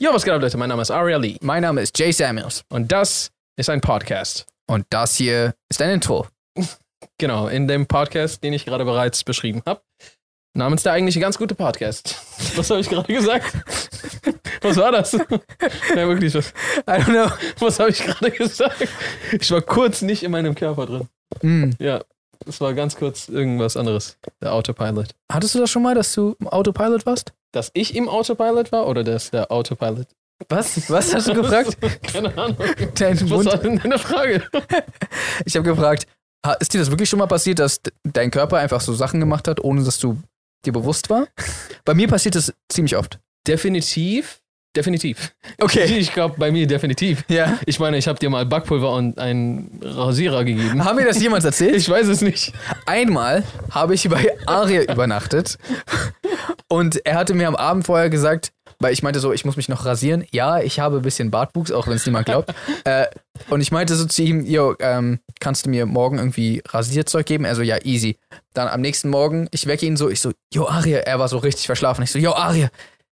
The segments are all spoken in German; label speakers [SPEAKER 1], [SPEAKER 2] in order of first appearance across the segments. [SPEAKER 1] Jo, was geht ab, Leute? Mein Name ist Aria Lee
[SPEAKER 2] Mein Name ist Jay Samuels
[SPEAKER 1] und das ist ein Podcast.
[SPEAKER 2] und das hier ist ein Intro.
[SPEAKER 1] Genau, in dem Podcast, den ich gerade bereits beschrieben habe. Namens der eigentliche ganz gute Podcast. Was habe ich gerade gesagt? Was war das? Ja, wirklich, was,
[SPEAKER 2] I don't know.
[SPEAKER 1] was habe ich gerade gesagt? Ich war kurz nicht in meinem Körper drin.
[SPEAKER 2] Hm.
[SPEAKER 1] Ja, es war ganz kurz irgendwas anderes. Der Autopilot.
[SPEAKER 2] Hattest du das schon mal, dass du im Autopilot warst?
[SPEAKER 1] Dass ich im Autopilot war oder dass der Autopilot?
[SPEAKER 2] Was? Was hast du gefragt?
[SPEAKER 1] Keine Ahnung.
[SPEAKER 2] Dein
[SPEAKER 1] Was war
[SPEAKER 2] Mund.
[SPEAKER 1] denn deine Frage?
[SPEAKER 2] Ich habe gefragt, ha- ist dir das wirklich schon mal passiert, dass d- dein Körper einfach so Sachen gemacht hat, ohne dass du dir bewusst war? Bei mir passiert das ziemlich oft.
[SPEAKER 1] Definitiv. Definitiv. Ich glaube, bei mir definitiv.
[SPEAKER 2] Ja.
[SPEAKER 1] Ich meine, ich habe dir mal Backpulver und einen Rasierer gegeben.
[SPEAKER 2] Haben wir das jemals erzählt?
[SPEAKER 1] Ich weiß es nicht.
[SPEAKER 2] Einmal habe ich bei Aria übernachtet und er hatte mir am Abend vorher gesagt, weil ich meinte so, ich muss mich noch rasieren. Ja, ich habe ein bisschen Bartwuchs, auch wenn es niemand glaubt. äh, und ich meinte so zu ihm, yo, ähm, kannst du mir morgen irgendwie Rasierzeug geben? Er so, ja, easy. Dann am nächsten Morgen, ich wecke ihn so, ich so, yo, Aria, er war so richtig verschlafen. Ich so, yo, Aria,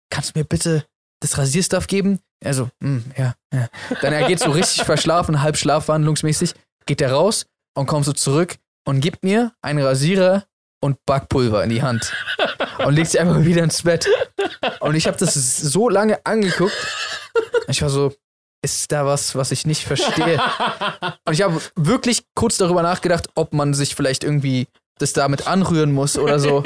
[SPEAKER 2] kannst du mir bitte das Rasierstuff geben? Er so, "Mm, ja, ja. Dann er geht so richtig verschlafen, halb schlafwandlungsmäßig, geht er raus und kommt so zurück und gibt mir einen Rasierer und Backpulver in die Hand und legt sich einfach wieder ins Bett. Und ich habe das so lange angeguckt. Ich war so, ist da was, was ich nicht verstehe? Und ich habe wirklich kurz darüber nachgedacht, ob man sich vielleicht irgendwie das damit anrühren muss oder so.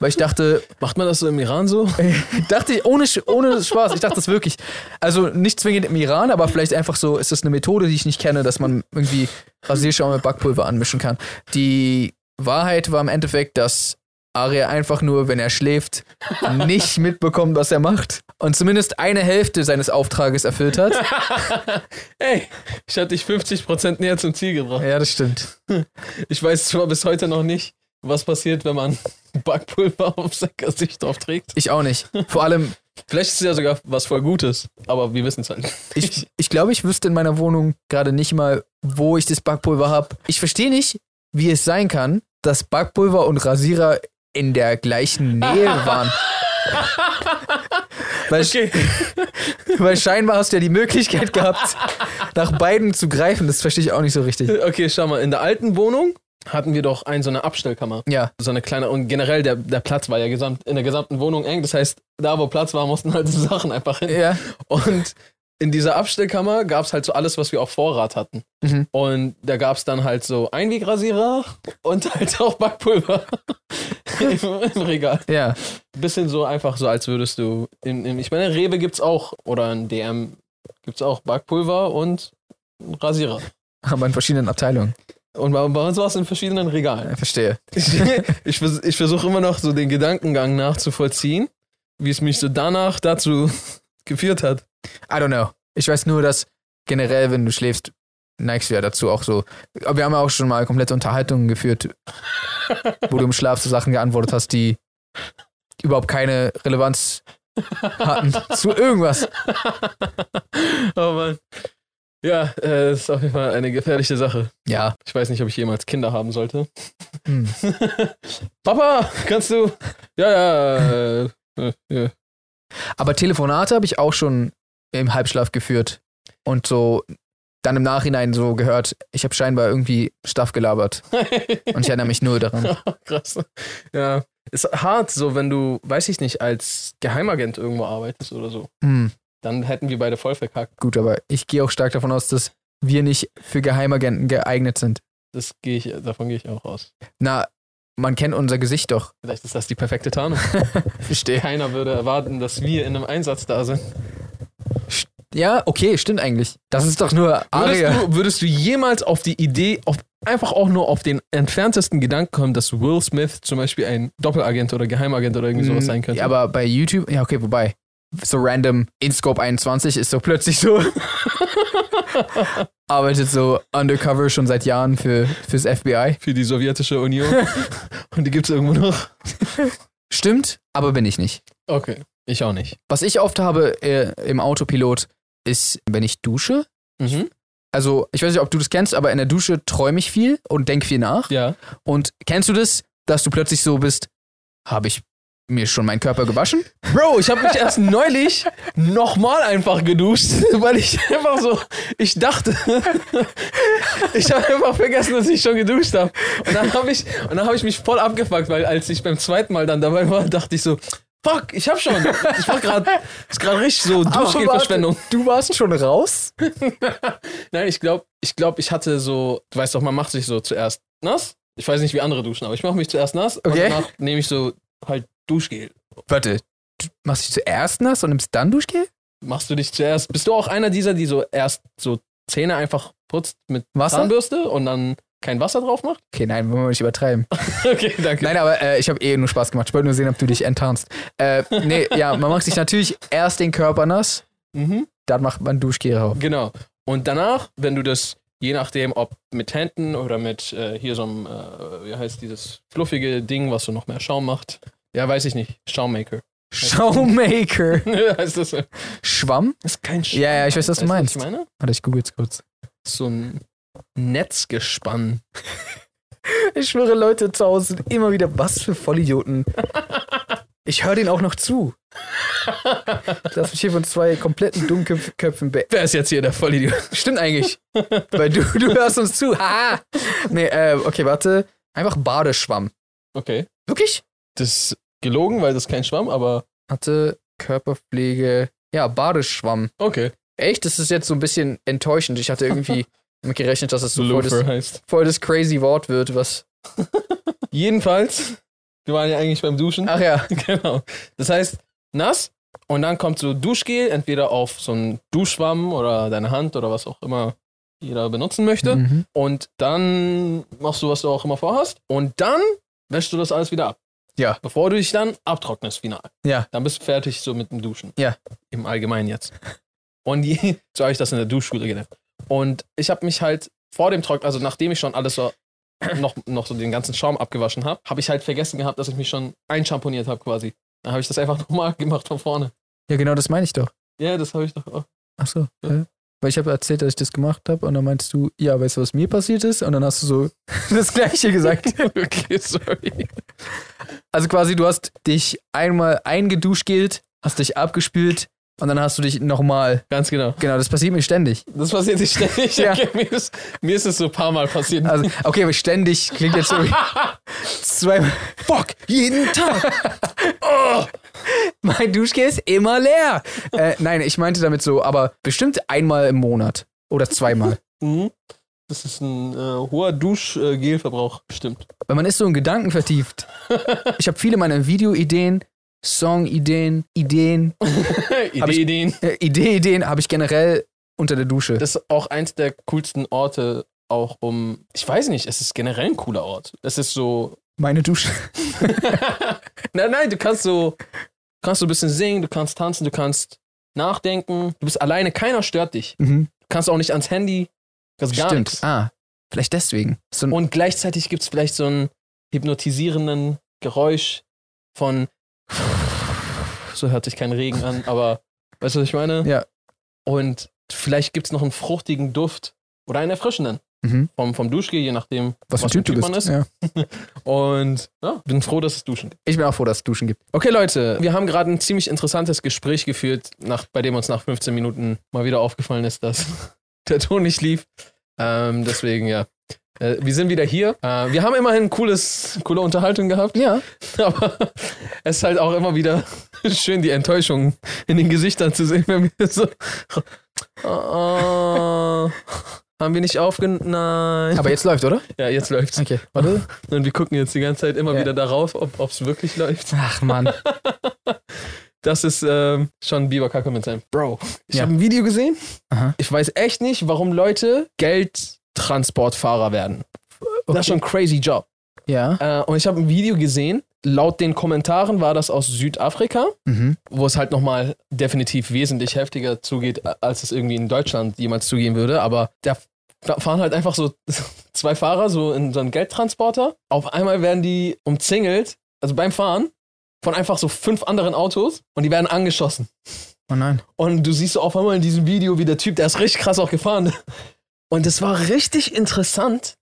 [SPEAKER 2] Weil ich dachte,
[SPEAKER 1] Macht man das so im Iran so?
[SPEAKER 2] dachte ich, ohne, Sch- ohne Spaß, ich dachte das wirklich. Also nicht zwingend im Iran, aber vielleicht einfach so, ist das eine Methode, die ich nicht kenne, dass man irgendwie Rasierschaum mit Backpulver anmischen kann. Die Wahrheit war im Endeffekt, dass Aria einfach nur, wenn er schläft, nicht mitbekommt, was er macht und zumindest eine Hälfte seines Auftrages erfüllt hat.
[SPEAKER 1] Ey, ich hatte dich 50% näher zum Ziel gebracht.
[SPEAKER 2] Ja, das stimmt.
[SPEAKER 1] Ich weiß zwar bis heute noch nicht, was passiert, wenn man Backpulver auf sein Gesicht drauf trägt.
[SPEAKER 2] Ich auch nicht. Vor allem,
[SPEAKER 1] Vielleicht ist es ja sogar was voll Gutes, aber wir wissen es halt.
[SPEAKER 2] ich, ich glaube, ich wüsste in meiner Wohnung gerade nicht mal, wo ich das Backpulver habe. Ich verstehe nicht, wie es sein kann, dass Backpulver und Rasierer in der gleichen Nähe waren. Weil,
[SPEAKER 1] Okay.
[SPEAKER 2] weil scheinbar hast du ja die Möglichkeit gehabt, nach beiden zu greifen. Das verstehe ich auch nicht so richtig.
[SPEAKER 1] Okay, schau mal, in der alten Wohnung hatten wir doch ein, so eine Abstellkammer.
[SPEAKER 2] Ja,
[SPEAKER 1] So eine kleine, und generell der, der Platz war ja gesamt, in der gesamten Wohnung eng. Das heißt, da wo Platz war, mussten halt so Sachen einfach hin.
[SPEAKER 2] ja,
[SPEAKER 1] Und in dieser Abstellkammer gab es halt so alles, was wir auf Vorrat hatten.
[SPEAKER 2] Mhm.
[SPEAKER 1] Und da gab es dann halt so Einwegrasierer und halt auch Backpulver im, im Regal.
[SPEAKER 2] ja.
[SPEAKER 1] Bisschen so einfach so, als würdest du. In, in, ich meine, Rewe gibt's auch, oder in DM gibt's auch Backpulver und Rasierer.
[SPEAKER 2] Aber in verschiedenen Abteilungen.
[SPEAKER 1] Und bei, bei uns war es in verschiedenen Regalen.
[SPEAKER 2] Ja, verstehe.
[SPEAKER 1] Ich, ich, vers- ich versuche immer noch so den Gedankengang nachzuvollziehen, wie es mich so danach dazu geführt hat.
[SPEAKER 2] I don't know. Ich weiß nur, dass generell, wenn du schläfst, neigst du ja dazu auch so. Aber wir haben ja auch schon mal komplette Unterhaltungen geführt, wo du im Schlaf zu Sachen geantwortet hast, die überhaupt keine Relevanz hatten zu irgendwas.
[SPEAKER 1] Oh Mann. Ja, äh, ist auf jeden Fall eine gefährliche Sache.
[SPEAKER 2] Ja.
[SPEAKER 1] Ich weiß nicht, ob ich jemals Kinder haben sollte.
[SPEAKER 2] Hm.
[SPEAKER 1] Papa, kannst du? Ja, ja. Äh, äh, ja.
[SPEAKER 2] Aber Telefonate habe ich auch schon im Halbschlaf geführt und so dann im Nachhinein so gehört, ich habe scheinbar irgendwie Stuff gelabert und ich erinnere mich null daran.
[SPEAKER 1] Krass. Ja. Ist hart, so wenn du, weiß ich nicht, als Geheimagent irgendwo arbeitest oder so.
[SPEAKER 2] Hm.
[SPEAKER 1] Dann hätten wir beide voll verkackt.
[SPEAKER 2] Gut, aber ich gehe auch stark davon aus, dass wir nicht für Geheimagenten geeignet sind.
[SPEAKER 1] Das gehe ich, davon gehe ich auch aus.
[SPEAKER 2] Na, man kennt unser Gesicht doch.
[SPEAKER 1] Vielleicht ist das die perfekte Tarnung.
[SPEAKER 2] Verstehe.
[SPEAKER 1] Keiner würde erwarten, dass wir in einem Einsatz da sind.
[SPEAKER 2] Ja, okay, stimmt eigentlich. Das ist doch nur Aria.
[SPEAKER 1] Würdest du, würdest du jemals auf die Idee, auf, einfach auch nur auf den entferntesten Gedanken kommen, dass Will Smith zum Beispiel ein Doppelagent oder Geheimagent oder irgendwie sowas sein könnte?
[SPEAKER 2] Ja, Hm, aber bei YouTube, ja, okay, wobei. So random InScope 21 ist so plötzlich so. arbeitet so undercover schon seit Jahren für, fürs FBI.
[SPEAKER 1] für die sowjetische Union Und die gibt's irgendwo noch?
[SPEAKER 2] Stimmt, aber bin ich nicht.
[SPEAKER 1] Okay. Ich auch nicht.
[SPEAKER 2] Was ich oft habe äh, im Autopilot ist, wenn ich dusche.
[SPEAKER 1] Mhm.
[SPEAKER 2] Also, ich weiß nicht, ob du das kennst, aber in der Dusche träume ich viel und denke viel nach.
[SPEAKER 1] Ja.
[SPEAKER 2] Und kennst du das, dass du plötzlich so bist, habe ich mir schon meinen Körper gewaschen?
[SPEAKER 1] Bro, ich habe mich erst neulich nochmal einfach geduscht, weil ich einfach so, ich dachte, ich habe einfach vergessen, dass ich schon geduscht habe. Und dann habe ich, und dann habe ich mich voll abgefuckt, weil als ich beim zweiten Mal dann dabei war, dachte ich so, fuck, ich habe schon, ich war gerade, ist gerade richtig so Duschgelverschwendung.
[SPEAKER 2] Du warst schon raus?
[SPEAKER 1] Nein, ich glaube, ich glaube, ich hatte so, du weißt doch, man macht sich so zuerst nass. Ich weiß nicht, wie andere duschen, aber ich mache mich zuerst nass und
[SPEAKER 2] Okay.
[SPEAKER 1] danach nehme ich so halt Duschgel.
[SPEAKER 2] Warte, du machst dich zuerst nass und nimmst dann Duschgel?
[SPEAKER 1] machst du dich zuerst. Bist du auch einer dieser, die so erst so Zähne einfach putzt mit
[SPEAKER 2] Wasser?
[SPEAKER 1] Zahnbürste und dann kein Wasser drauf macht?
[SPEAKER 2] Okay, nein, wollen wir nicht übertreiben.
[SPEAKER 1] Okay, danke.
[SPEAKER 2] Nein, aber äh, ich habe eh nur Spaß gemacht. Ich wollte nur sehen, ob du dich enttarnst. Äh, nee, ja, man macht sich natürlich erst den Körper nass,
[SPEAKER 1] Mhm,
[SPEAKER 2] dann macht man Duschgel drauf.
[SPEAKER 1] genau. Und danach, wenn du das, je nachdem, ob mit Händen oder mit äh, hier so einem, äh, wie heißt dieses fluffige Ding, was so noch mehr Schaum macht. Ja, weiß ich nicht. Schaummaker.
[SPEAKER 2] Showmaker.
[SPEAKER 1] heißt das so?
[SPEAKER 2] Schwamm?
[SPEAKER 1] Ist kein Schaum.
[SPEAKER 2] Ja, ja, ich weiß, was du
[SPEAKER 1] Weißt
[SPEAKER 2] meinst.
[SPEAKER 1] du, was ich meine?
[SPEAKER 2] Warte, ich google es kurz.
[SPEAKER 1] So ein Netzgespann.
[SPEAKER 2] Ich schwöre, Leute zu Hause sind immer wieder, was für Vollidioten. Ich höre den auch noch zu. Lass mich hier von zwei kompletten Dummköpfen be.
[SPEAKER 1] Wer ist jetzt hier der Vollidiot?
[SPEAKER 2] Stimmt eigentlich. Weil du, du hörst uns zu. Haha. Nee, äh, okay, warte. Einfach Badeschwamm.
[SPEAKER 1] Okay.
[SPEAKER 2] Wirklich?
[SPEAKER 1] Das ist gelogen, weil das ist kein Schwamm, aber
[SPEAKER 2] Hatte Körperpflege. Ja, Badeschwamm.
[SPEAKER 1] okay.
[SPEAKER 2] Echt? Das ist jetzt so ein bisschen enttäuschend. Ich hatte irgendwie damit gerechnet, dass es so voll das,
[SPEAKER 1] Loafer heißt.
[SPEAKER 2] voll das crazy Wort wird, was.
[SPEAKER 1] Jedenfalls, wir waren ja eigentlich beim Duschen.
[SPEAKER 2] Ach ja.
[SPEAKER 1] Genau. Das heißt, nass und dann kommt so Duschgel, entweder auf so einen Duschschwamm oder deine Hand oder was auch immer jeder benutzen möchte.
[SPEAKER 2] Mhm.
[SPEAKER 1] Und dann machst du, was du auch immer vorhast. Und dann wäschst du das alles wieder ab.
[SPEAKER 2] Ja.
[SPEAKER 1] Bevor du dich dann abtrocknest, final.
[SPEAKER 2] Ja.
[SPEAKER 1] Dann bist du fertig so mit dem Duschen.
[SPEAKER 2] Ja.
[SPEAKER 1] Im Allgemeinen jetzt. Und je, so habe ich das in der Duschschule gelernt. Und ich habe mich halt vor dem Trocknen, also nachdem ich schon alles so noch, noch so den ganzen Schaum abgewaschen habe, habe ich halt vergessen gehabt, dass ich mich schon einschamponiert habe quasi. Dann habe ich das einfach nochmal gemacht von vorne.
[SPEAKER 2] Ja, genau, das meine ich doch.
[SPEAKER 1] Ja, das habe ich doch. auch.
[SPEAKER 2] Ach so. hä? Weil ich habe erzählt, dass ich das gemacht habe und dann meinst du, ja, weißt du, was mir passiert ist? Und dann hast du so das Gleiche gesagt.
[SPEAKER 1] okay, sorry.
[SPEAKER 2] Also quasi, du hast dich einmal eingeduschgelt, hast dich abgespült und dann hast du dich nochmal.
[SPEAKER 1] Ganz genau.
[SPEAKER 2] Genau, das passiert mir ständig.
[SPEAKER 1] Das passiert nicht ständig.
[SPEAKER 2] Ja.
[SPEAKER 1] okay, mir, ist, mir ist es so ein paar Mal passiert.
[SPEAKER 2] Also, okay, aber ständig klingt jetzt so wie zweimal.
[SPEAKER 1] Fuck, jeden Tag.
[SPEAKER 2] Oh. Mein Duschgel ist immer leer. Äh, nein, ich meinte damit so, aber bestimmt einmal im Monat oder zweimal.
[SPEAKER 1] Mhm. Das ist ein äh, hoher Duschgelverbrauch, bestimmt.
[SPEAKER 2] Weil man ist so in Gedanken vertieft. Ich habe viele meiner Videoideen, Songideen, Ideen, Hab ich-
[SPEAKER 1] Ideen.
[SPEAKER 2] äh, Idee-Ideen habe ich generell unter der Dusche.
[SPEAKER 1] Das ist auch eins der coolsten Orte, auch um. Ich weiß nicht, es ist generell ein cooler Ort. Es ist so.
[SPEAKER 2] Meine Dusche.
[SPEAKER 1] Nein, nein, du kannst so. Kannst so ein bisschen singen, du kannst tanzen, du kannst nachdenken. Du bist alleine, keiner stört dich.
[SPEAKER 2] Mhm.
[SPEAKER 1] Du kannst auch nicht ans Handy. Das ist gar
[SPEAKER 2] Stimmt.
[SPEAKER 1] nichts.
[SPEAKER 2] Ah, vielleicht deswegen. So ein
[SPEAKER 1] Und gleichzeitig gibt es vielleicht so einen hypnotisierenden Geräusch von. So hört sich kein Regen an, aber weißt du, was ich meine?
[SPEAKER 2] Ja.
[SPEAKER 1] Und vielleicht gibt es noch einen fruchtigen Duft oder einen erfrischenden
[SPEAKER 2] Mhm.
[SPEAKER 1] vom, vom Duschgel, je nachdem.
[SPEAKER 2] was, für ein Typ, du bist.
[SPEAKER 1] man ist.
[SPEAKER 2] Ja.
[SPEAKER 1] Und ja, bin froh, dass es Duschen gibt.
[SPEAKER 2] Ich bin auch froh, dass es Duschen gibt.
[SPEAKER 1] Okay, Leute, wir haben gerade ein ziemlich interessantes Gespräch geführt, nach, bei dem uns nach 15 Minuten mal wieder aufgefallen ist, dass der Ton nicht lief. Ähm, deswegen, ja. Äh, wir sind wieder hier. Äh, wir haben immerhin cooles, coole Unterhaltung gehabt,
[SPEAKER 2] Ja.
[SPEAKER 1] aber es ist halt auch immer wieder schön, die Enttäuschung in den Gesichtern zu sehen, wenn wir so. Oh, haben wir nicht aufgenommen? Nein.
[SPEAKER 2] Aber jetzt läuft, oder?
[SPEAKER 1] ja, jetzt läuft's.
[SPEAKER 2] Okay. Warte.
[SPEAKER 1] Und wir gucken jetzt die ganze Zeit immer
[SPEAKER 2] Ja.
[SPEAKER 1] wieder darauf, ob es wirklich läuft.
[SPEAKER 2] Ach Mann.
[SPEAKER 1] Das ist ähm, schon Biber Kacke mit seinem Bro. Ich
[SPEAKER 2] Ja.
[SPEAKER 1] habe ein Video gesehen.
[SPEAKER 2] Aha.
[SPEAKER 1] Ich weiß echt nicht, warum Leute Geldtransportfahrer werden. Das ist schon ein crazy Job.
[SPEAKER 2] Ja.
[SPEAKER 1] Äh, und ich habe ein Video gesehen. Laut den Kommentaren war das aus Südafrika,
[SPEAKER 2] Mhm.
[SPEAKER 1] wo es halt nochmal definitiv wesentlich heftiger zugeht, als es irgendwie in Deutschland jemals zugehen würde. Aber der fa- fahren halt einfach so zwei Fahrer so in so einen Geldtransporter. Auf einmal werden die umzingelt, also beim Fahren, von einfach so fünf anderen Autos und die werden angeschossen.
[SPEAKER 2] Oh nein.
[SPEAKER 1] Und du siehst so auf einmal in diesem Video, wie der Typ, der ist richtig krass auch gefahren. Und es war richtig interessant.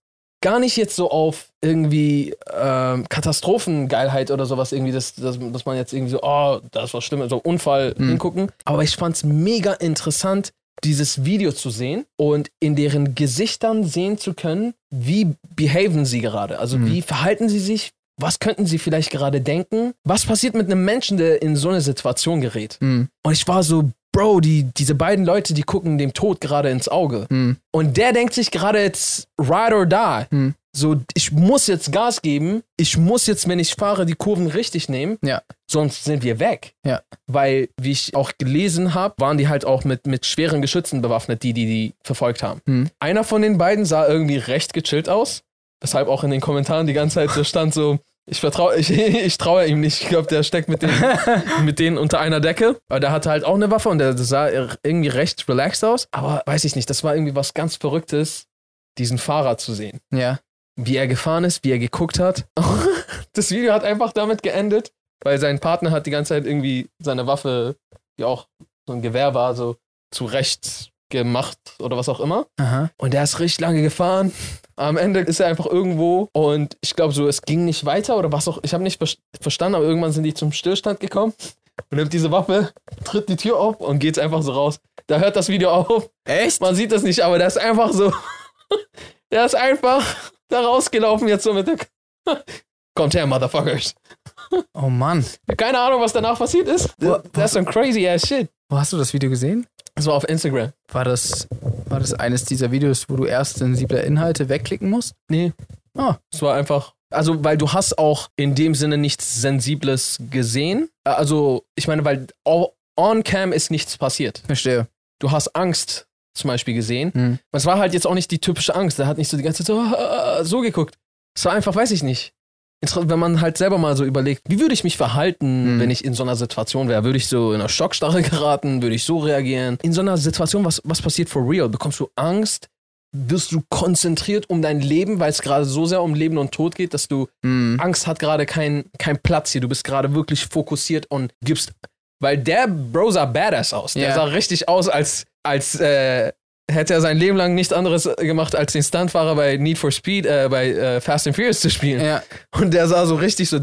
[SPEAKER 1] Gar nicht jetzt so auf irgendwie ähm, Katastrophengeilheit oder sowas, irgendwie, dass, dass, dass man jetzt irgendwie so, oh, da ist was Schlimmes, so Unfall
[SPEAKER 2] Mhm.
[SPEAKER 1] hingucken. Aber ich fand's mega interessant, dieses Video zu sehen und in deren Gesichtern sehen zu können, wie behaven sie gerade. Also
[SPEAKER 2] Mhm.
[SPEAKER 1] wie verhalten sie sich? Was könnten sie vielleicht gerade denken? Was passiert mit einem Menschen, der in so eine Situation gerät?
[SPEAKER 2] Hm,
[SPEAKER 1] Und ich war so, Bro, die, diese beiden Leute, die gucken dem Tod gerade ins Auge.
[SPEAKER 2] hm,
[SPEAKER 1] Und der denkt sich gerade jetzt, ride or die.
[SPEAKER 2] hm.
[SPEAKER 1] So, ich muss jetzt Gas geben. Ich muss jetzt, wenn ich fahre, die Kurven richtig nehmen.
[SPEAKER 2] Ja.
[SPEAKER 1] Sonst sind wir weg.
[SPEAKER 2] Ja.
[SPEAKER 1] Weil, wie ich auch gelesen habe, waren die halt auch mit, mit schweren Geschützen bewaffnet, die die, die verfolgt haben.
[SPEAKER 2] Hm.
[SPEAKER 1] Einer von den beiden sah irgendwie recht gechillt aus. Weshalb auch in den Kommentaren die ganze Zeit so stand so, ich vertraue, ich, ich traue ihm nicht. Ich glaube, der steckt mit denen, mit denen unter einer Decke. Aber der hatte halt auch eine Waffe und der sah irgendwie recht relaxed aus. Aber weiß ich nicht, das war irgendwie was ganz Verrücktes, diesen Fahrer zu sehen
[SPEAKER 2] Ja.
[SPEAKER 1] wie er gefahren ist, wie er geguckt hat. Das Video hat einfach damit geendet, weil sein Partner hat die ganze Zeit irgendwie seine Waffe, die auch so ein Gewehr war, so zurecht gemacht oder was auch immer.
[SPEAKER 2] Aha.
[SPEAKER 1] Und der ist richtig lange gefahren. Am Ende ist er einfach irgendwo und ich glaube so, es ging nicht weiter oder was auch, ich habe nicht ver- verstanden, aber irgendwann sind die zum Stillstand gekommen und nimmt diese Waffe, tritt die Tür auf und geht einfach so raus. Da hört das Video auf
[SPEAKER 2] Echt?
[SPEAKER 1] man sieht das nicht, aber der ist einfach so. Der ist einfach da rausgelaufen jetzt so mit der. Kommt her, Motherfuckers.
[SPEAKER 2] Oh Mann.
[SPEAKER 1] Keine Ahnung, was danach passiert ist.
[SPEAKER 2] Wo-
[SPEAKER 1] That's some crazy ass shit.
[SPEAKER 2] Wo hast du das Video gesehen?
[SPEAKER 1] Das war auf Instagram.
[SPEAKER 2] War das, war das eines dieser Videos, wo du erst sensible Inhalte wegklicken musst?
[SPEAKER 1] Nee.
[SPEAKER 2] Ah.
[SPEAKER 1] Es war einfach. Also, weil du hast auch in dem Sinne nichts Sensibles gesehen. Äh, Also, ich meine, weil au- on cam ist nichts passiert.
[SPEAKER 2] Verstehe.
[SPEAKER 1] Du hast Angst zum Beispiel gesehen.
[SPEAKER 2] Hm.
[SPEAKER 1] Und es war halt jetzt auch nicht die typische Angst. Er hat nicht so die ganze Zeit so, ah, ah, so geguckt. Es war einfach, weiß ich nicht. Inter- Wenn man halt selber mal so überlegt, wie würde ich mich verhalten,
[SPEAKER 2] Mhm.
[SPEAKER 1] wenn ich in so einer Situation wäre? Würde ich so in einer Schockstarre geraten? Würde ich so reagieren? In so einer Situation, was, was passiert for real? Bekommst du Angst? Wirst du konzentriert um dein Leben, weil es gerade so sehr um Leben und Tod geht, dass du
[SPEAKER 2] Hm.
[SPEAKER 1] Angst hat gerade keinen kein Platz hier. Du bist gerade wirklich fokussiert und gibst. Weil der Bro sah badass aus. Der
[SPEAKER 2] Ja.
[SPEAKER 1] sah richtig aus, als, als äh, hätte er sein Leben lang nichts anderes äh, gemacht, als den Stuntfahrer bei Need for Speed, äh, bei äh, Fast and Furious zu spielen.
[SPEAKER 2] Ja.
[SPEAKER 1] Und der sah so richtig so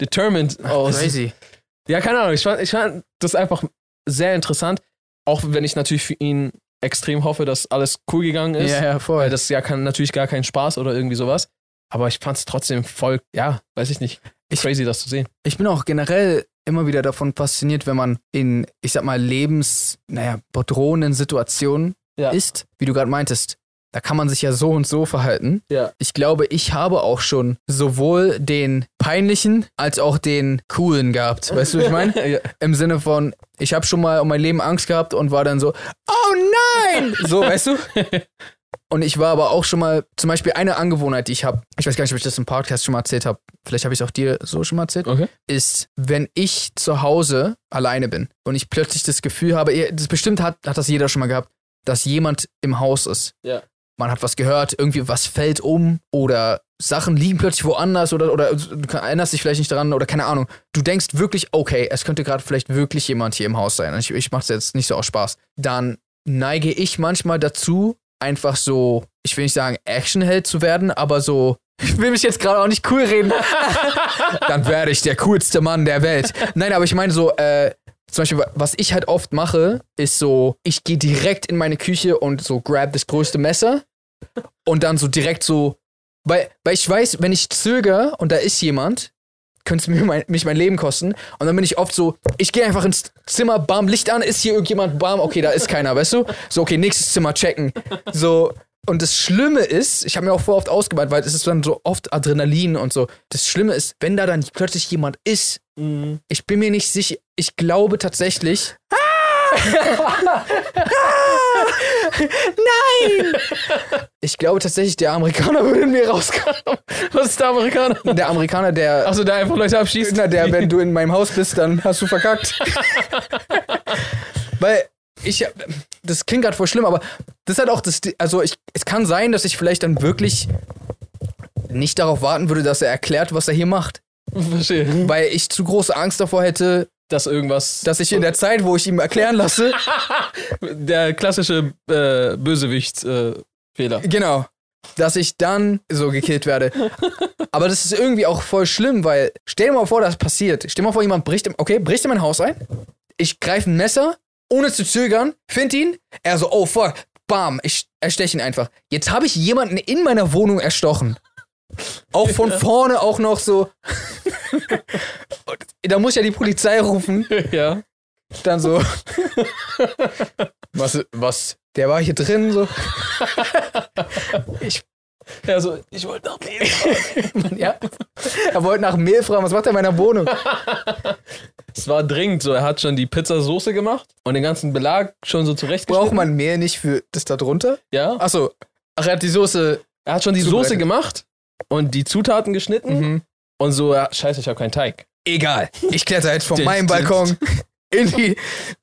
[SPEAKER 1] determined aus.
[SPEAKER 2] Oh, Crazy.
[SPEAKER 1] Ja, keine Ahnung. Ich fand, ich fand das einfach sehr interessant. Auch wenn ich natürlich für ihn extrem hoffe, dass alles cool gegangen ist.
[SPEAKER 2] Ja, ja,
[SPEAKER 1] Weil
[SPEAKER 2] voll.
[SPEAKER 1] das ist ja kann, natürlich gar kein Spaß oder irgendwie sowas. Aber ich fand es trotzdem voll, ja, weiß ich nicht,
[SPEAKER 2] Ich-
[SPEAKER 1] crazy, das zu sehen.
[SPEAKER 2] Ich bin auch generell immer wieder davon fasziniert, wenn man in, ich sag mal, lebens, naja, bedrohenden Situationen
[SPEAKER 1] Ja.
[SPEAKER 2] ist, wie du gerade meintest. Da kann man sich ja so und so verhalten.
[SPEAKER 1] Ja.
[SPEAKER 2] Ich glaube, ich habe auch schon sowohl den peinlichen als auch den coolen gehabt. Weißt du, was ich meine?
[SPEAKER 1] ja.
[SPEAKER 2] Im Sinne von, ich habe schon mal um mein Leben Angst gehabt und war dann so, oh nein! So, weißt du? Und ich war aber auch schon mal, zum Beispiel eine Angewohnheit, die ich habe, ich weiß gar nicht, ob ich das im Podcast schon mal erzählt habe, vielleicht habe ich es auch dir so schon mal erzählt,
[SPEAKER 1] Okay.
[SPEAKER 2] ist, wenn ich zu Hause alleine bin und ich plötzlich das Gefühl habe, ihr- das bestimmt hat, hat das jeder schon mal gehabt, dass jemand im Haus ist.
[SPEAKER 1] Ja.
[SPEAKER 2] Man hat was gehört, irgendwie was fällt um oder Sachen liegen plötzlich woanders oder, oder du erinnerst dich vielleicht nicht dran oder keine Ahnung. Du denkst wirklich, okay, es könnte gerade vielleicht wirklich jemand hier im Haus sein. Ich, ich mache es jetzt nicht so aus Spaß. Dann neige ich manchmal dazu, einfach so, ich will nicht sagen Actionheld zu werden, aber so, ich will mich jetzt gerade auch nicht cool reden, dann werde ich der coolste Mann der Welt. Nein, aber ich meine so, äh, zum Beispiel, was ich halt oft mache, ist so, ich gehe direkt in meine Küche und so grab das größte Messer und dann so direkt so, weil, weil ich weiß, wenn ich zögere und da ist jemand, könnte es mir mein, mich mein Leben kosten. Und dann bin ich oft so, ich gehe einfach ins Zimmer, bam, Licht an, ist hier irgendjemand, bam, okay, da ist keiner, weißt du? So, okay, nächstes Zimmer checken. So, und das Schlimme ist, ich habe mir auch vor oft ausgemalt, weil es ist dann so oft Adrenalin und so. Das Schlimme ist, wenn da dann plötzlich jemand ist, ich bin mir nicht sicher, ich glaube tatsächlich. Ah! Nein! Ich glaube tatsächlich, der Amerikaner würde in mir rauskommen.
[SPEAKER 1] Was ist der Amerikaner?
[SPEAKER 2] Der Amerikaner, der
[SPEAKER 1] Achso, der einfach Leute abschießt.
[SPEAKER 2] na, der, wenn du in meinem Haus bist, dann hast du verkackt. Weil ich, das klingt gerade voll schlimm, aber das hat auch das, also ich, es kann sein, dass ich vielleicht dann wirklich nicht darauf warten würde, dass er erklärt, was er hier macht,
[SPEAKER 1] Verstehe.
[SPEAKER 2] weil ich zu große Angst davor hätte,
[SPEAKER 1] Dass irgendwas.
[SPEAKER 2] dass ich in der Zeit, wo ich ihm erklären lasse,
[SPEAKER 1] der klassische äh, Bösewicht-Fehler.
[SPEAKER 2] genau, dass ich dann so gekillt werde. Aber das ist irgendwie auch voll schlimm, weil stell dir mal vor, das passiert. Stell dir mal vor, jemand bricht, im- okay, bricht in mein Haus ein, ich greife ein Messer, ohne zu zögern, find ihn, er so, oh fuck, bam, ich ersteche ihn einfach. Jetzt habe ich jemanden in meiner Wohnung erstochen. Auch von vorne auch noch so. Und da muss ich ja die Polizei rufen.
[SPEAKER 1] ja.
[SPEAKER 2] dann so. was, was? Der war hier drin, so. Ich,
[SPEAKER 1] Ja, so, Also, ich wollte nach Mehl.
[SPEAKER 2] ja. Er wollte nach Mehl fragen, was macht er in meiner Wohnung?
[SPEAKER 1] Es war dringend, so, er hat schon die Pizzasoße gemacht und den ganzen Belag schon so zurechtgeschnitten.
[SPEAKER 2] Braucht man Mehl nicht für das da drunter?
[SPEAKER 1] Ja.
[SPEAKER 2] Achso, ach, er hat die Soße.
[SPEAKER 1] Er hat schon die Soße
[SPEAKER 2] Zubereitet.
[SPEAKER 1] gemacht und die Zutaten geschnitten
[SPEAKER 2] Mhm.
[SPEAKER 1] und so, ja, scheiße, ich habe keinen Teig.
[SPEAKER 2] Egal, ich kletter jetzt von
[SPEAKER 1] Dünn,
[SPEAKER 2] meinem
[SPEAKER 1] dünn.
[SPEAKER 2] Balkon in, die,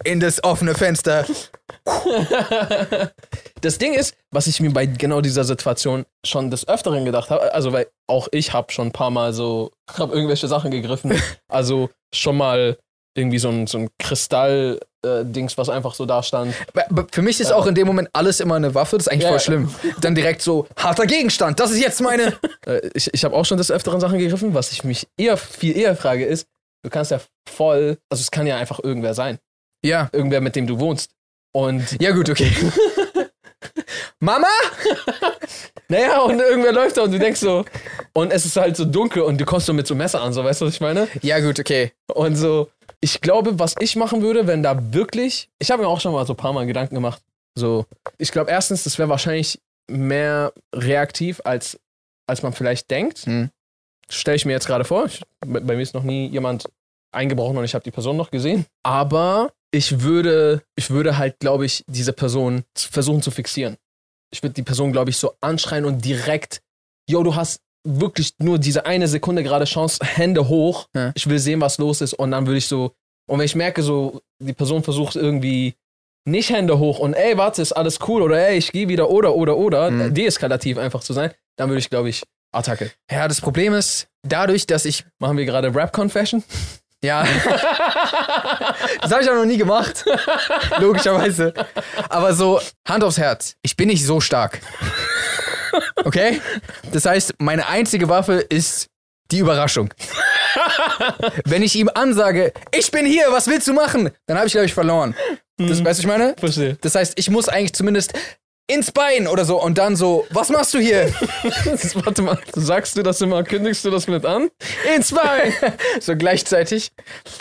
[SPEAKER 2] in das offene Fenster.
[SPEAKER 1] Das Ding ist, was ich mir bei genau dieser Situation schon des Öfteren gedacht habe, also weil auch ich habe schon ein paar Mal so, habe irgendwelche Sachen gegriffen, also schon mal irgendwie so ein, so ein Kristall-Dings, was einfach so da stand.
[SPEAKER 2] Ba- ba- Für mich ist auch in dem Moment alles immer eine Waffe, das ist eigentlich
[SPEAKER 1] Ja,
[SPEAKER 2] voll
[SPEAKER 1] ja.
[SPEAKER 2] schlimm. Dann direkt so, harter Gegenstand, das ist jetzt meine.
[SPEAKER 1] Äh, ich, ich habe auch schon des Öfteren Sachen gegriffen. Was ich mich eher viel eher frage, ist, du kannst ja voll, also es kann ja einfach irgendwer sein.
[SPEAKER 2] Ja.
[SPEAKER 1] Irgendwer, mit dem du wohnst. Und
[SPEAKER 2] Ja, gut, okay. Mama?
[SPEAKER 1] naja, und irgendwer läuft da und du denkst so, und es ist halt so dunkel und du kommst so mit so einem Messer an, so weißt du, was ich meine?
[SPEAKER 2] Ja, gut, okay.
[SPEAKER 1] Und so, ich glaube, was ich machen würde, wenn da wirklich, ich habe mir auch schon mal so ein paar Mal Gedanken gemacht, so, ich glaube erstens, das wäre wahrscheinlich mehr reaktiv, als, als man vielleicht denkt.
[SPEAKER 2] Hm.
[SPEAKER 1] Stelle ich mir jetzt gerade vor. Ich, bei bei mir ist noch nie jemand eingebrochen und ich habe die Person noch gesehen. Aber ich würde, ich würde halt, glaube ich, diese Person z- versuchen zu fixieren. Ich würde die Person, glaube ich, so anschreien und direkt, yo, du hast wirklich nur diese eine Sekunde gerade Chance, Hände hoch.
[SPEAKER 2] Ja.
[SPEAKER 1] Ich will sehen, was los ist. Und dann würde ich so, und wenn ich merke, so, die Person versucht irgendwie nicht Hände hoch und ey, warte, ist alles cool oder ey, ich gehe wieder oder oder oder,
[SPEAKER 2] Mhm.
[SPEAKER 1] deeskalativ einfach zu sein, dann würde ich, glaube ich, Attacke.
[SPEAKER 2] Ja, das Problem ist, dadurch, dass ich.
[SPEAKER 1] Machen wir gerade Rap-Confession?
[SPEAKER 2] Ja. das habe ich auch noch nie gemacht. Logischerweise. Aber so, Hand aufs Herz. Ich bin nicht so stark. Okay? Das heißt, meine einzige Waffe ist die Überraschung. Wenn ich ihm ansage, ich bin hier, was willst du machen? Dann habe ich, glaube ich, verloren. Das, Weißt du, was ich meine?
[SPEAKER 1] Verstehe.
[SPEAKER 2] Das heißt, ich muss eigentlich zumindest ins Bein oder so und dann so, was machst du hier?
[SPEAKER 1] Warte mal, sagst du das immer, kündigst du das mit an?
[SPEAKER 2] ins Bein! so gleichzeitig.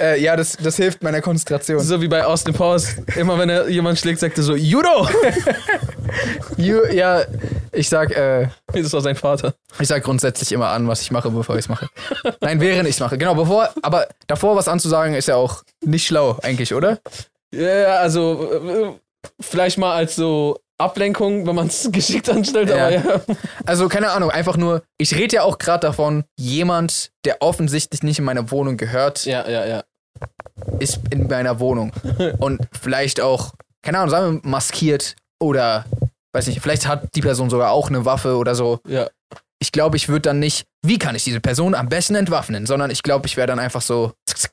[SPEAKER 2] Äh, ja, das, das hilft meiner Konzentration.
[SPEAKER 1] So wie bei Austin Powers, immer wenn er jemand schlägt, sagt er so, Judo!
[SPEAKER 2] You, ja, ich sag, äh,
[SPEAKER 1] Das war sein Vater.
[SPEAKER 2] ich sag grundsätzlich immer an, was ich mache, bevor ich es mache. Nein, während ich es mache. Genau, bevor, aber davor was anzusagen, ist ja auch nicht schlau, eigentlich, oder?
[SPEAKER 1] Ja, ja, also, äh, vielleicht mal als so Ablenkung, wenn man es geschickt anstellt,
[SPEAKER 2] Ja.
[SPEAKER 1] aber ja.
[SPEAKER 2] Also, keine Ahnung, einfach nur, ich rede ja auch gerade davon, jemand, der offensichtlich nicht in meine Wohnung gehört,
[SPEAKER 1] Ja, ja, ja.
[SPEAKER 2] ist in meiner Wohnung. Und vielleicht auch, keine Ahnung, sagen wir maskiert oder, weiß nicht, vielleicht hat die Person sogar auch eine Waffe oder so.
[SPEAKER 1] ja.
[SPEAKER 2] ich glaube, ich würde dann nicht, wie kann ich diese Person am besten entwaffnen, sondern ich glaube, ich wäre dann einfach so. zick, zick.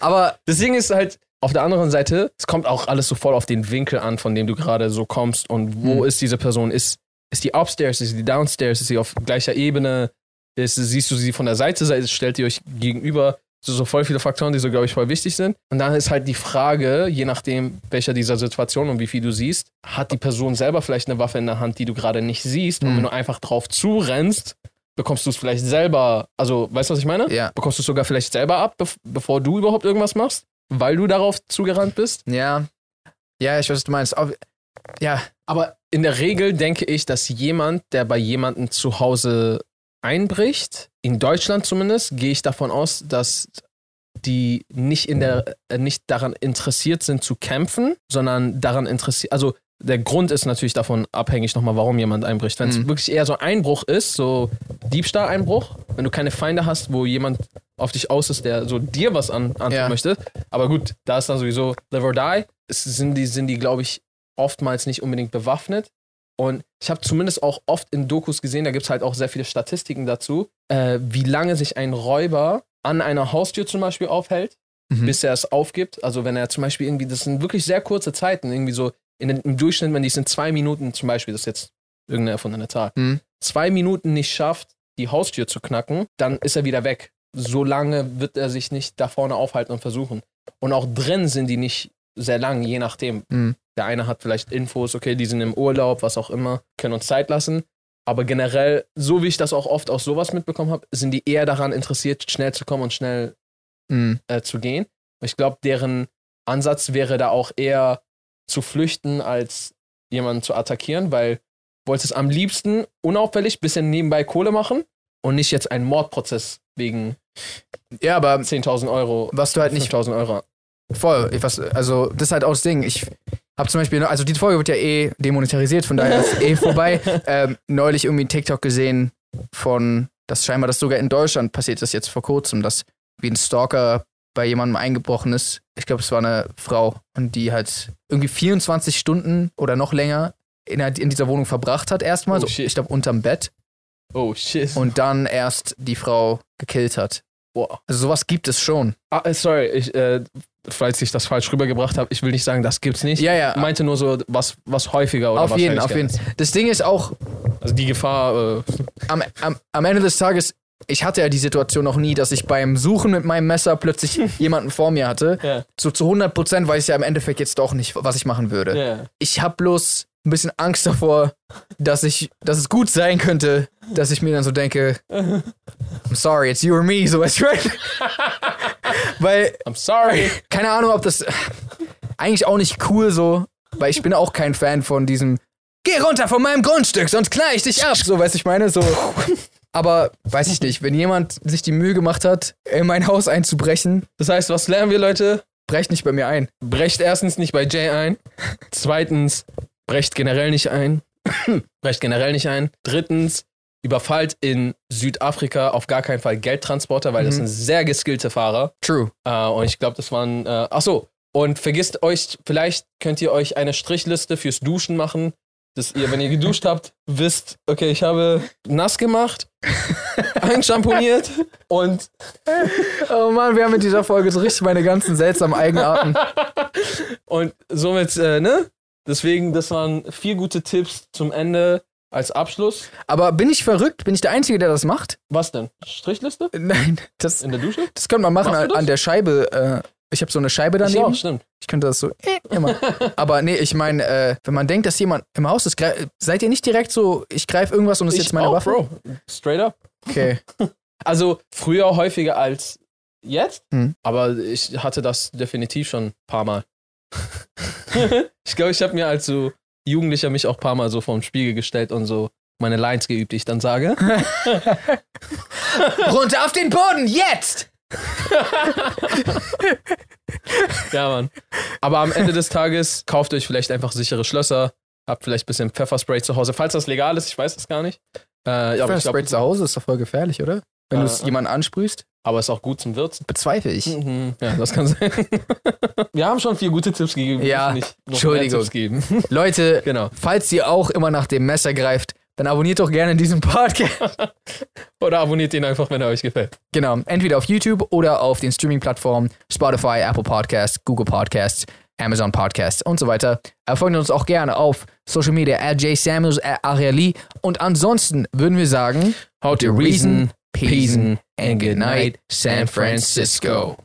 [SPEAKER 2] Aber
[SPEAKER 1] Deswegen ist halt auf der anderen Seite, es kommt auch alles so voll auf den Winkel an, von dem du gerade so kommst und wo
[SPEAKER 2] Hm.
[SPEAKER 1] ist diese Person? Ist, ist die upstairs, ist die downstairs, ist sie auf gleicher Ebene? Ist, siehst du sie von der Seite, se- stellt ihr euch gegenüber? So, so voll viele Faktoren, die so, glaube ich, voll wichtig sind. Und dann ist halt die Frage, je nachdem, welcher dieser Situationen und wie viel du siehst, hat die Person selber vielleicht eine Waffe in der Hand, die du gerade nicht siehst. Und
[SPEAKER 2] Hm.
[SPEAKER 1] wenn du einfach drauf zurennst, bekommst du es vielleicht selber, also weißt du, was ich meine?
[SPEAKER 2] ja,
[SPEAKER 1] bekommst du es sogar vielleicht selber ab, bev- bevor du überhaupt irgendwas machst, weil du darauf zugerannt bist.
[SPEAKER 2] ja, ja, ich weiß, was du meinst. Auf- Ja,
[SPEAKER 1] Aber in der Regel denke ich, dass jemand, der bei jemandem zu Hause einbricht, in Deutschland zumindest, gehe ich davon aus, dass die nicht in der äh, nicht daran interessiert sind zu kämpfen, sondern daran interessiert, also der Grund ist natürlich davon abhängig nochmal, warum jemand einbricht. Wenn es
[SPEAKER 2] Mhm.
[SPEAKER 1] wirklich eher so Einbruch ist, so Diebstahleinbruch, wenn du keine Feinde hast, wo jemand auf dich aus ist, der so dir was an, antun
[SPEAKER 2] Ja.
[SPEAKER 1] möchte. Aber gut, da ist dann sowieso live or die. es sind die, sind die glaube ich, oftmals nicht unbedingt bewaffnet. Und ich habe zumindest auch oft in Dokus gesehen, da gibt es halt auch sehr viele Statistiken dazu, äh, wie lange sich ein Räuber an einer Haustür zum Beispiel aufhält,
[SPEAKER 2] Mhm.
[SPEAKER 1] bis er es aufgibt. Also wenn er zum Beispiel irgendwie, das sind wirklich sehr kurze Zeiten, irgendwie so in, den- im Durchschnitt, wenn die es in zwei Minuten zum Beispiel, das ist jetzt irgendeine erfundene Zahl,
[SPEAKER 2] Mhm.
[SPEAKER 1] zwei Minuten nicht schafft, die Haustür zu knacken, dann ist er wieder weg. So lange wird er sich nicht da vorne aufhalten und versuchen. Und auch drin sind die nicht sehr lang, je nachdem.
[SPEAKER 2] Mhm.
[SPEAKER 1] Der eine hat vielleicht Infos, okay, die sind im Urlaub, was auch immer, können uns Zeit lassen. Aber generell, so wie ich das auch oft aus sowas mitbekommen habe, sind die eher daran interessiert, schnell zu kommen und schnell
[SPEAKER 2] Mhm.
[SPEAKER 1] äh, zu gehen. Ich glaube, deren Ansatz wäre da auch eher zu flüchten, als jemanden zu attackieren, weil du wolltest am liebsten unauffällig bisschen nebenbei Kohle machen und nicht jetzt einen Mordprozess wegen
[SPEAKER 2] Ja, aber
[SPEAKER 1] 10.000 Euro,
[SPEAKER 2] was du halt nicht
[SPEAKER 1] 5.000 Euro.
[SPEAKER 2] Voll, ich was, also das ist halt auch das Ding. Ich habe zum Beispiel, also die Folge wird ja eh demonetarisiert, von daher ist eh vorbei. Ähm, neulich irgendwie einen TikTok gesehen von, dass scheinbar das sogar in Deutschland passiert ist, jetzt vor kurzem, dass wie ein Stalker bei jemandem eingebrochen ist. Ich glaube, es war eine Frau und die halt irgendwie 24 Stunden oder noch länger in, in dieser Wohnung verbracht hat erstmal,
[SPEAKER 1] Oh,
[SPEAKER 2] so,
[SPEAKER 1] shit.
[SPEAKER 2] ich glaube unterm Bett
[SPEAKER 1] Oh, shit.
[SPEAKER 2] und dann erst die Frau gekillt hat.
[SPEAKER 1] Boah.
[SPEAKER 2] Also sowas gibt es schon.
[SPEAKER 1] Ah, äh, sorry, ich, äh, falls ich das falsch rübergebracht habe, ich will nicht sagen, das gibt's nicht.
[SPEAKER 2] Ja, ja.
[SPEAKER 1] Ich meinte nur so, was, was häufiger oder
[SPEAKER 2] Auf jeden, auf jeden.
[SPEAKER 1] wahrscheinlicher
[SPEAKER 2] Das Ding ist auch,
[SPEAKER 1] ist. Also die Gefahr, äh,
[SPEAKER 2] am, am, am Ende des Tages, ich hatte ja die Situation noch nie, dass ich beim Suchen mit meinem Messer plötzlich jemanden vor mir hatte.
[SPEAKER 1] Ja.
[SPEAKER 2] So zu 100% weiß ich ja im Endeffekt jetzt doch nicht, was ich machen würde. Ich habe bloß ein bisschen Angst davor, dass ich, dass es gut sein könnte, dass ich mir dann so denke, I'm sorry, it's you or me, so weißt du, right? Weil,
[SPEAKER 1] I'm sorry.
[SPEAKER 2] keine Ahnung, ob das eigentlich auch nicht cool so, weil ich bin auch kein Fan von diesem Geh runter von meinem Grundstück, sonst knall ich dich ab, so weiß ich meine, so. Aber weiß ich nicht, wenn jemand sich die Mühe gemacht hat, in mein Haus einzubrechen,
[SPEAKER 1] Das heißt, was lernen wir, Leute?
[SPEAKER 2] brecht nicht bei mir ein.
[SPEAKER 1] brecht erstens nicht bei Jay ein. Zweitens, brecht generell nicht ein. brecht generell nicht ein. Drittens, überfallt in Südafrika auf gar keinen Fall Geldtransporter, weil das
[SPEAKER 2] Mhm.
[SPEAKER 1] sind sehr geskillte Fahrer.
[SPEAKER 2] True.
[SPEAKER 1] Äh, und ich glaube, das waren. Äh, ach so. Und vergisst euch, vielleicht könnt ihr euch eine Strichliste fürs Duschen machen, dass ihr, wenn ihr geduscht habt, wisst, okay, ich habe nass gemacht, einschamponiert und
[SPEAKER 2] Oh Mann, wir haben mit dieser Folge so richtig meine ganzen seltsamen Eigenarten.
[SPEAKER 1] Und somit, äh, ne? Deswegen, das waren vier gute Tipps zum Ende als Abschluss.
[SPEAKER 2] Aber bin ich verrückt? Bin ich der Einzige, der das macht?
[SPEAKER 1] Was denn? Strichliste?
[SPEAKER 2] Nein, das,
[SPEAKER 1] In der Dusche?
[SPEAKER 2] das könnte man machen
[SPEAKER 1] Machst du
[SPEAKER 2] an,
[SPEAKER 1] das?
[SPEAKER 2] an der Scheibe. Äh, ich habe so eine Scheibe
[SPEAKER 1] Ich auch,
[SPEAKER 2] daneben.
[SPEAKER 1] stimmt.
[SPEAKER 2] Ich könnte das so äh, immer. Aber nee, ich meine, äh, wenn man denkt, dass jemand im Haus ist, greif, seid ihr nicht direkt so, ich greife irgendwas und das ist jetzt meine
[SPEAKER 1] auch,
[SPEAKER 2] Waffe?
[SPEAKER 1] Bro. Straight up.
[SPEAKER 2] Okay.
[SPEAKER 1] Also früher häufiger als jetzt,
[SPEAKER 2] Hm.
[SPEAKER 1] aber ich hatte das definitiv schon ein paar Mal. ich glaube, ich habe mir als so Jugendlicher mich auch ein paar Mal so vorm Spiegel gestellt und so meine Lines geübt, die ich dann sage.
[SPEAKER 2] Runter auf den Boden, jetzt!
[SPEAKER 1] Ja, Mann. Aber am Ende des Tages kauft euch vielleicht einfach sichere Schlösser, habt vielleicht ein bisschen Pfefferspray zu Hause, falls das legal ist, ich weiß das gar nicht. Äh, ja, aber ich
[SPEAKER 2] Spray
[SPEAKER 1] glaube,
[SPEAKER 2] zu Hause ist doch voll gefährlich, oder? Wenn
[SPEAKER 1] Äh,
[SPEAKER 2] du es
[SPEAKER 1] äh.
[SPEAKER 2] jemanden ansprühst,
[SPEAKER 1] aber ist auch gut zum Würzen.
[SPEAKER 2] bezweifle ich.
[SPEAKER 1] Mhm. Ja, das kann sein. Wir haben schon vier gute Tipps gegeben. wir
[SPEAKER 2] Ja,
[SPEAKER 1] müssen nicht noch
[SPEAKER 2] Entschuldigung.
[SPEAKER 1] mehr Tipps geben.
[SPEAKER 2] Leute,
[SPEAKER 1] Genau.
[SPEAKER 2] falls ihr auch immer nach dem Messer greift, dann abonniert doch gerne diesen Podcast.
[SPEAKER 1] Oder abonniert ihn einfach, wenn er euch gefällt.
[SPEAKER 2] genau, entweder auf YouTube oder auf den Streaming-Plattformen Spotify, Apple Podcasts, Google Podcasts, Amazon Podcasts und so weiter. Äh, Folgt uns auch gerne auf Social Media, at jsamuels, at Ariali. Und ansonsten würden wir sagen,
[SPEAKER 1] How to
[SPEAKER 2] reason, peason,
[SPEAKER 1] reason, and good night, San Francisco.